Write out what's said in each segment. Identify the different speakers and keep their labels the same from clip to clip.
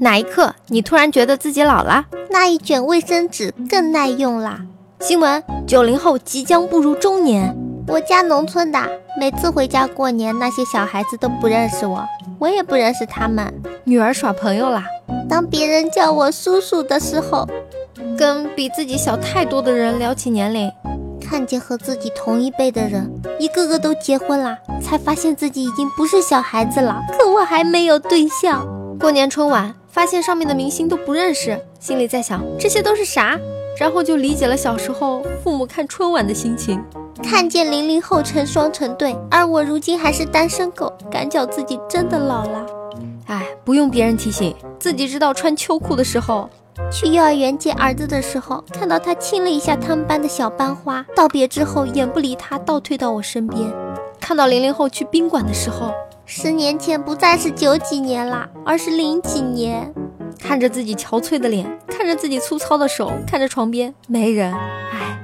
Speaker 1: 哪一刻你突然觉得自己老了？
Speaker 2: 那一卷卫生纸更耐用啦。
Speaker 1: 新闻：九零后即将步入中年。
Speaker 2: 我家农村的，每次回家过年，那些小孩子都不认识我，我也不认识他们。
Speaker 1: 女儿耍朋友啦。
Speaker 2: 当别人叫我叔叔的时候，
Speaker 1: 跟比自己小太多的人聊起年龄，
Speaker 2: 看见和自己同一辈的人，一个个都结婚啦，才发现自己已经不是小孩子了。可我还没有对象。
Speaker 1: 过年春晚，发现上面的明星都不认识，心里在想这些都是啥，然后就理解了小时候父母看春晚的心情。
Speaker 2: 看见零零后成双成对，而我如今还是单身狗，感觉自己真的老了。
Speaker 1: 哎，不用别人提醒，自己知道穿秋裤的时候。
Speaker 2: 去幼儿园接儿子的时候，看到他亲了一下他们班的小班花，道别之后眼不离他，倒退到我身边。
Speaker 1: 看到零零后去宾馆的时候，
Speaker 2: 十年前不再是九几年啦，而是零几年。
Speaker 1: 看着自己憔悴的脸，看着自己粗糙的手，看着床边没人，唉，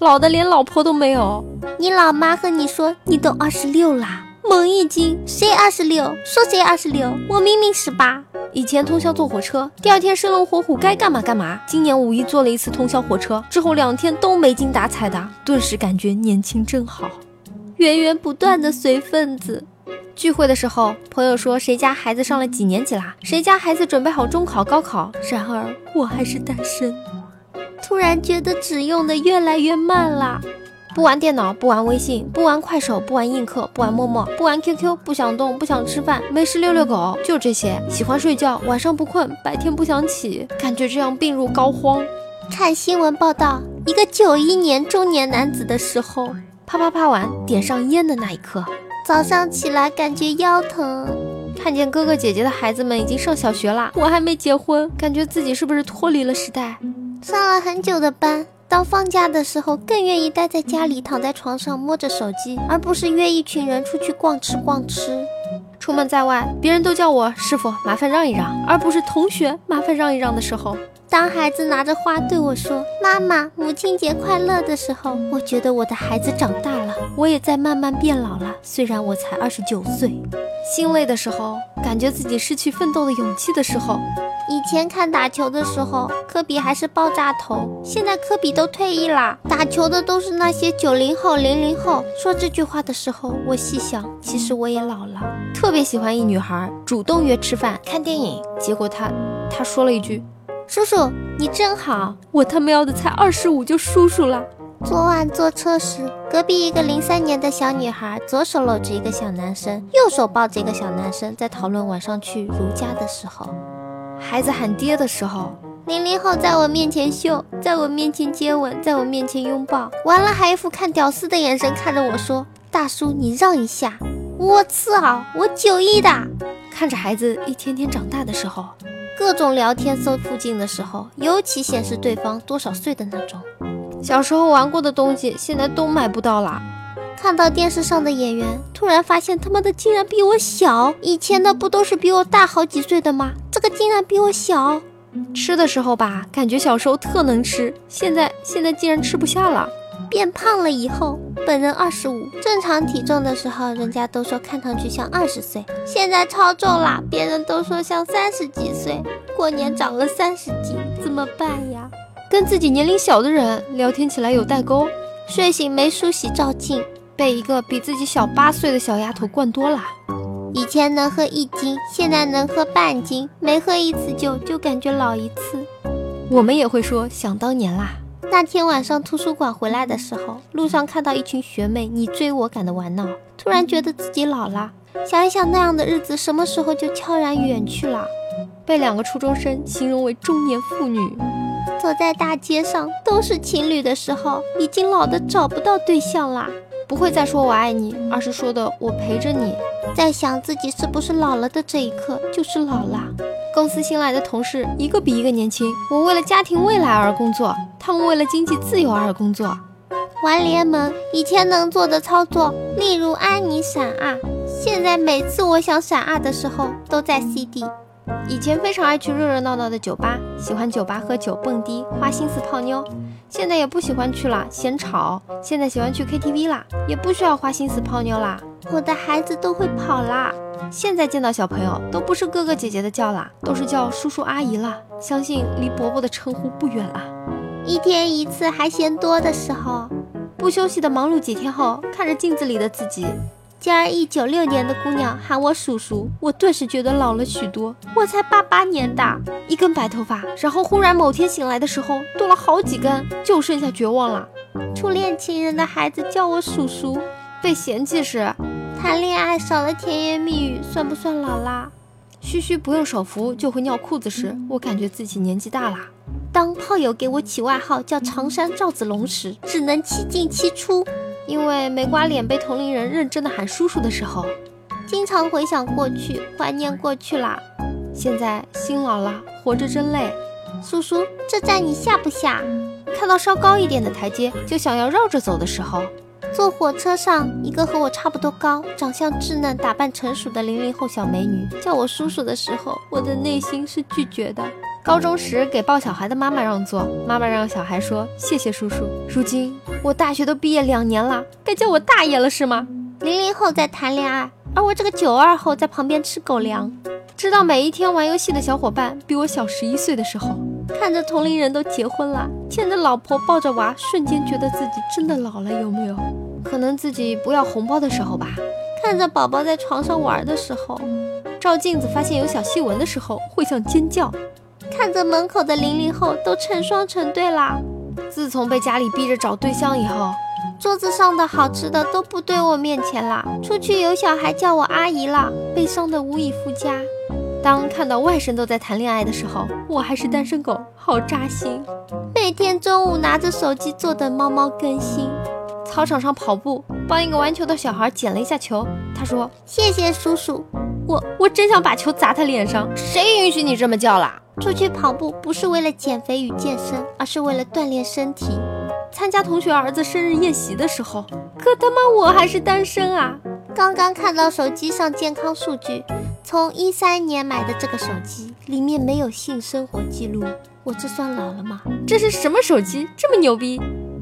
Speaker 1: 老的连老婆都没有。
Speaker 2: 你老妈和你说你都二十六啦，猛一惊，谁二十六？说谁二十六？我明明十八。
Speaker 1: 以前通宵坐火车，第二天生龙活虎该干嘛干嘛。今年五一坐了一次通宵火车，之后两天都没精打采的，顿时感觉年轻真好。
Speaker 2: 源源不断的随份子。
Speaker 1: 聚会的时候，朋友说谁家孩子上了几年级啦，谁家孩子准备好中考、高考，然而我还是单身。
Speaker 2: 突然觉得纸用的越来越慢啦。
Speaker 1: 不玩电脑，不玩微信，不玩快手，不玩映客，不玩陌陌，不玩 QQ，不想动，不想吃饭，没事遛遛狗，就这些。喜欢睡觉，晚上不困，白天不想起，感觉这样病入膏肓。
Speaker 2: 看新闻报道，一个九一年中年男子的时候，
Speaker 1: 啪啪啪完点上烟的那一刻，
Speaker 2: 早上起来感觉腰疼，
Speaker 1: 看见哥哥姐姐的孩子们已经上小学啦，我还没结婚，感觉自己是不是脱离了时代？
Speaker 2: 上了很久的班。到放假的时候，更愿意待在家里，躺在床上摸着手机，而不是约一群人出去逛吃逛吃。
Speaker 1: 出门在外，别人都叫我师傅，麻烦让一让，而不是同学，麻烦让一让的时候。
Speaker 2: 当孩子拿着花对我说“妈妈，母亲节快乐”的时候，我觉得我的孩子长大了，我也在慢慢变老了。虽然我才二十九岁，
Speaker 1: 心累的时候，感觉自己失去奋斗的勇气的时候。
Speaker 2: 以前看打球的时候，科比还是爆炸头，现在科比都退役啦。打球的都是那些九零后、零零后。说这句话的时候，我细想，其实我也老了。
Speaker 1: 特别喜欢一女孩，主动约吃饭、看电影，结果她，她说了一句：“
Speaker 2: 叔叔，你真好。”
Speaker 1: 我他喵的才二十五就叔叔了。
Speaker 2: 昨晚坐车时，隔壁一个零三年的小女孩，左手搂着一个小男生，右手抱着一个小男生，在讨论晚上去如家的时候。
Speaker 1: 孩子喊爹的时候，
Speaker 2: 零零后在我面前秀，在我面前接吻，在我面前拥抱，完了还一副看屌丝的眼神看着我说：“大叔，你让一下。”我操，我九一的。
Speaker 1: 看着孩子一天天长大的时候，
Speaker 2: 各种聊天搜附近的时候，尤其显示对方多少岁的那种。
Speaker 1: 小时候玩过的东西，现在都买不到啦。
Speaker 2: 看到电视上的演员，突然发现他妈的竟然比我小，以前的不都是比我大好几岁的吗？这个竟然比我小。
Speaker 1: 吃的时候吧，感觉小时候特能吃，现在现在竟然吃不下了。
Speaker 2: 变胖了以后，本人二十五，正常体重的时候，人家都说看上去像二十岁，现在超重啦，别人都说像三十几岁。过年长了三十斤，怎么办呀？
Speaker 1: 跟自己年龄小的人聊天起来有代沟，
Speaker 2: 睡醒没梳洗照镜。
Speaker 1: 被一个比自己小八岁的小丫头灌多了。
Speaker 2: 以前能喝一斤，现在能喝半斤。每喝一次酒，就感觉老一次。
Speaker 1: 我们也会说想当年啦。
Speaker 2: 那天晚上图书馆回来的时候，路上看到一群学妹你追我赶的玩闹，突然觉得自己老了。想一想那样的日子，什么时候就悄然远去了？
Speaker 1: 被两个初中生形容为中年妇女。
Speaker 2: 走在大街上都是情侣的时候，已经老的找不到对象啦。
Speaker 1: 不会再说我爱你，而是说的我陪着你。
Speaker 2: 在想自己是不是老了的这一刻，就是老了。
Speaker 1: 公司新来的同事一个比一个年轻，我为了家庭未来而工作，他们为了经济自由而工作。
Speaker 2: 玩联盟以前能做的操作，例如安妮闪啊，现在每次我想闪啊的时候，都在 CD。
Speaker 1: 以前非常爱去热热闹闹的酒吧，喜欢酒吧喝酒、蹦迪、花心思泡妞。现在也不喜欢去啦，嫌吵。现在喜欢去 KTV 啦，也不需要花心思泡妞啦。
Speaker 2: 我的孩子都会跑啦。
Speaker 1: 现在见到小朋友都不是哥哥姐姐的叫啦，都是叫叔叔阿姨啦。相信离伯伯的称呼不远啊啦。
Speaker 2: 一天一次还嫌多的时候，
Speaker 1: 不休息的忙碌几天后，看着镜子里的自己，
Speaker 2: 今儿一九六年的姑娘喊我叔叔，我顿时觉得老了许多。我才八八年的，
Speaker 1: 一根白头发，然后忽然某天醒来的时候多了好几根，就剩下绝望了。
Speaker 2: 初恋情人的孩子叫我叔叔，
Speaker 1: 被嫌弃时，
Speaker 2: 谈恋爱少了甜言蜜语，算不算老啦？
Speaker 1: 嘘嘘不用手扶就会尿裤子时，我感觉自己年纪大啦。
Speaker 2: 当炮友给我起外号叫长山赵子龙时，只能七进七出。
Speaker 1: 因为没瓜脸被同龄人认真的喊叔叔的时候，
Speaker 2: 经常回想过去，怀念过去啦。
Speaker 1: 现在心老了，活着真累。
Speaker 2: 叔叔，这站你下不下？
Speaker 1: 看到稍高一点的台阶就想要绕着走的时候，
Speaker 2: 坐火车上，一个和我差不多高、长相稚嫩、打扮成熟的零零后小美女叫我叔叔的时候，我的内心是拒绝的。
Speaker 1: 高中时给抱小孩的妈妈让座，妈妈让小孩说谢谢叔叔。如今我大学都毕业两年了，该叫我大爷了是吗？
Speaker 2: 零零后在谈恋爱，而我这个九二后在旁边吃狗粮。
Speaker 1: 知道每一天玩游戏的小伙伴比我小十一岁的时候，
Speaker 2: 看着同龄人都结婚了，牵着老婆抱着娃，瞬间觉得自己真的老了，有没有？
Speaker 1: 可能自己不要红包的时候吧，
Speaker 2: 看着宝宝在床上玩的时候，
Speaker 1: 照镜子发现有小细纹的时候会想尖叫。
Speaker 2: 看着门口的零零后都成双成对啦。
Speaker 1: 自从被家里逼着找对象以后，
Speaker 2: 桌子上的好吃的都不堆我面前啦。出去有小孩叫我阿姨啦，悲伤的无以复加。
Speaker 1: 当看到外甥都在谈恋爱的时候，我还是单身狗，好扎心。
Speaker 2: 每天中午拿着手机坐等猫猫更新。
Speaker 1: 操场上跑步，帮一个玩球的小孩捡了一下球，他说：“
Speaker 2: 谢谢叔叔。”
Speaker 1: 我我真想把球砸他脸上，谁允许你这么叫啦？
Speaker 2: 出去跑步不是为了减肥与健身，而是为了锻炼身体。
Speaker 1: 参加同学儿子生日宴席的时候，可他妈我还是单身啊！
Speaker 2: 刚刚看到手机上健康数据，从一三年买的这个手机里面没有性生活记录，我这算老了吗？
Speaker 1: 这是什么手机？这么牛逼！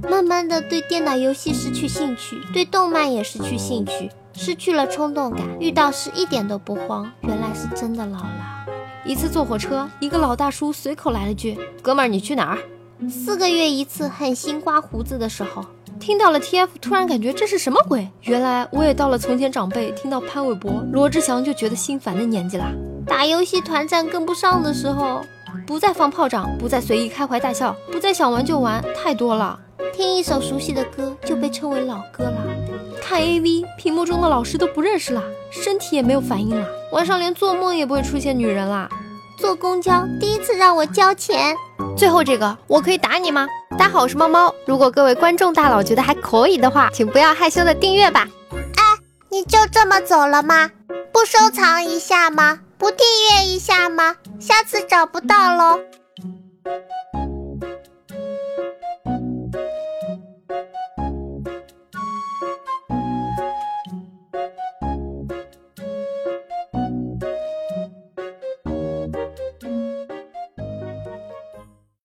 Speaker 2: 慢慢的对电脑游戏失去兴趣，对动漫也失去兴趣，失去了冲动感，遇到事一点都不慌，原来是真的老了。
Speaker 1: 一次坐火车，一个老大叔随口来了句：“哥们儿，你去哪儿？”
Speaker 2: 四个月一次很新刮胡子的时候，
Speaker 1: 听到了 TF，突然感觉这是什么鬼？原来我也到了从前长辈听到潘玮柏、罗志祥就觉得心烦的年纪啦。
Speaker 2: 打游戏团战跟不上的时候，
Speaker 1: 不再放炮仗，不再随意开怀大笑，不再想玩就玩，太多了。
Speaker 2: 听一首熟悉的歌就被称为老歌啦。
Speaker 1: 看 AV，屏幕中的老师都不认识啦，身体也没有反应啦，晚上连做梦也不会出现女人啦。
Speaker 2: 坐公交第一次让我交钱，
Speaker 1: 最后这个我可以打你吗？大家好，我是猫猫。如果各位观众大佬觉得还可以的话，请不要害羞的订阅吧。
Speaker 2: 哎，你就这么走了吗？不收藏一下吗？不订阅一下吗？下次找不到喽。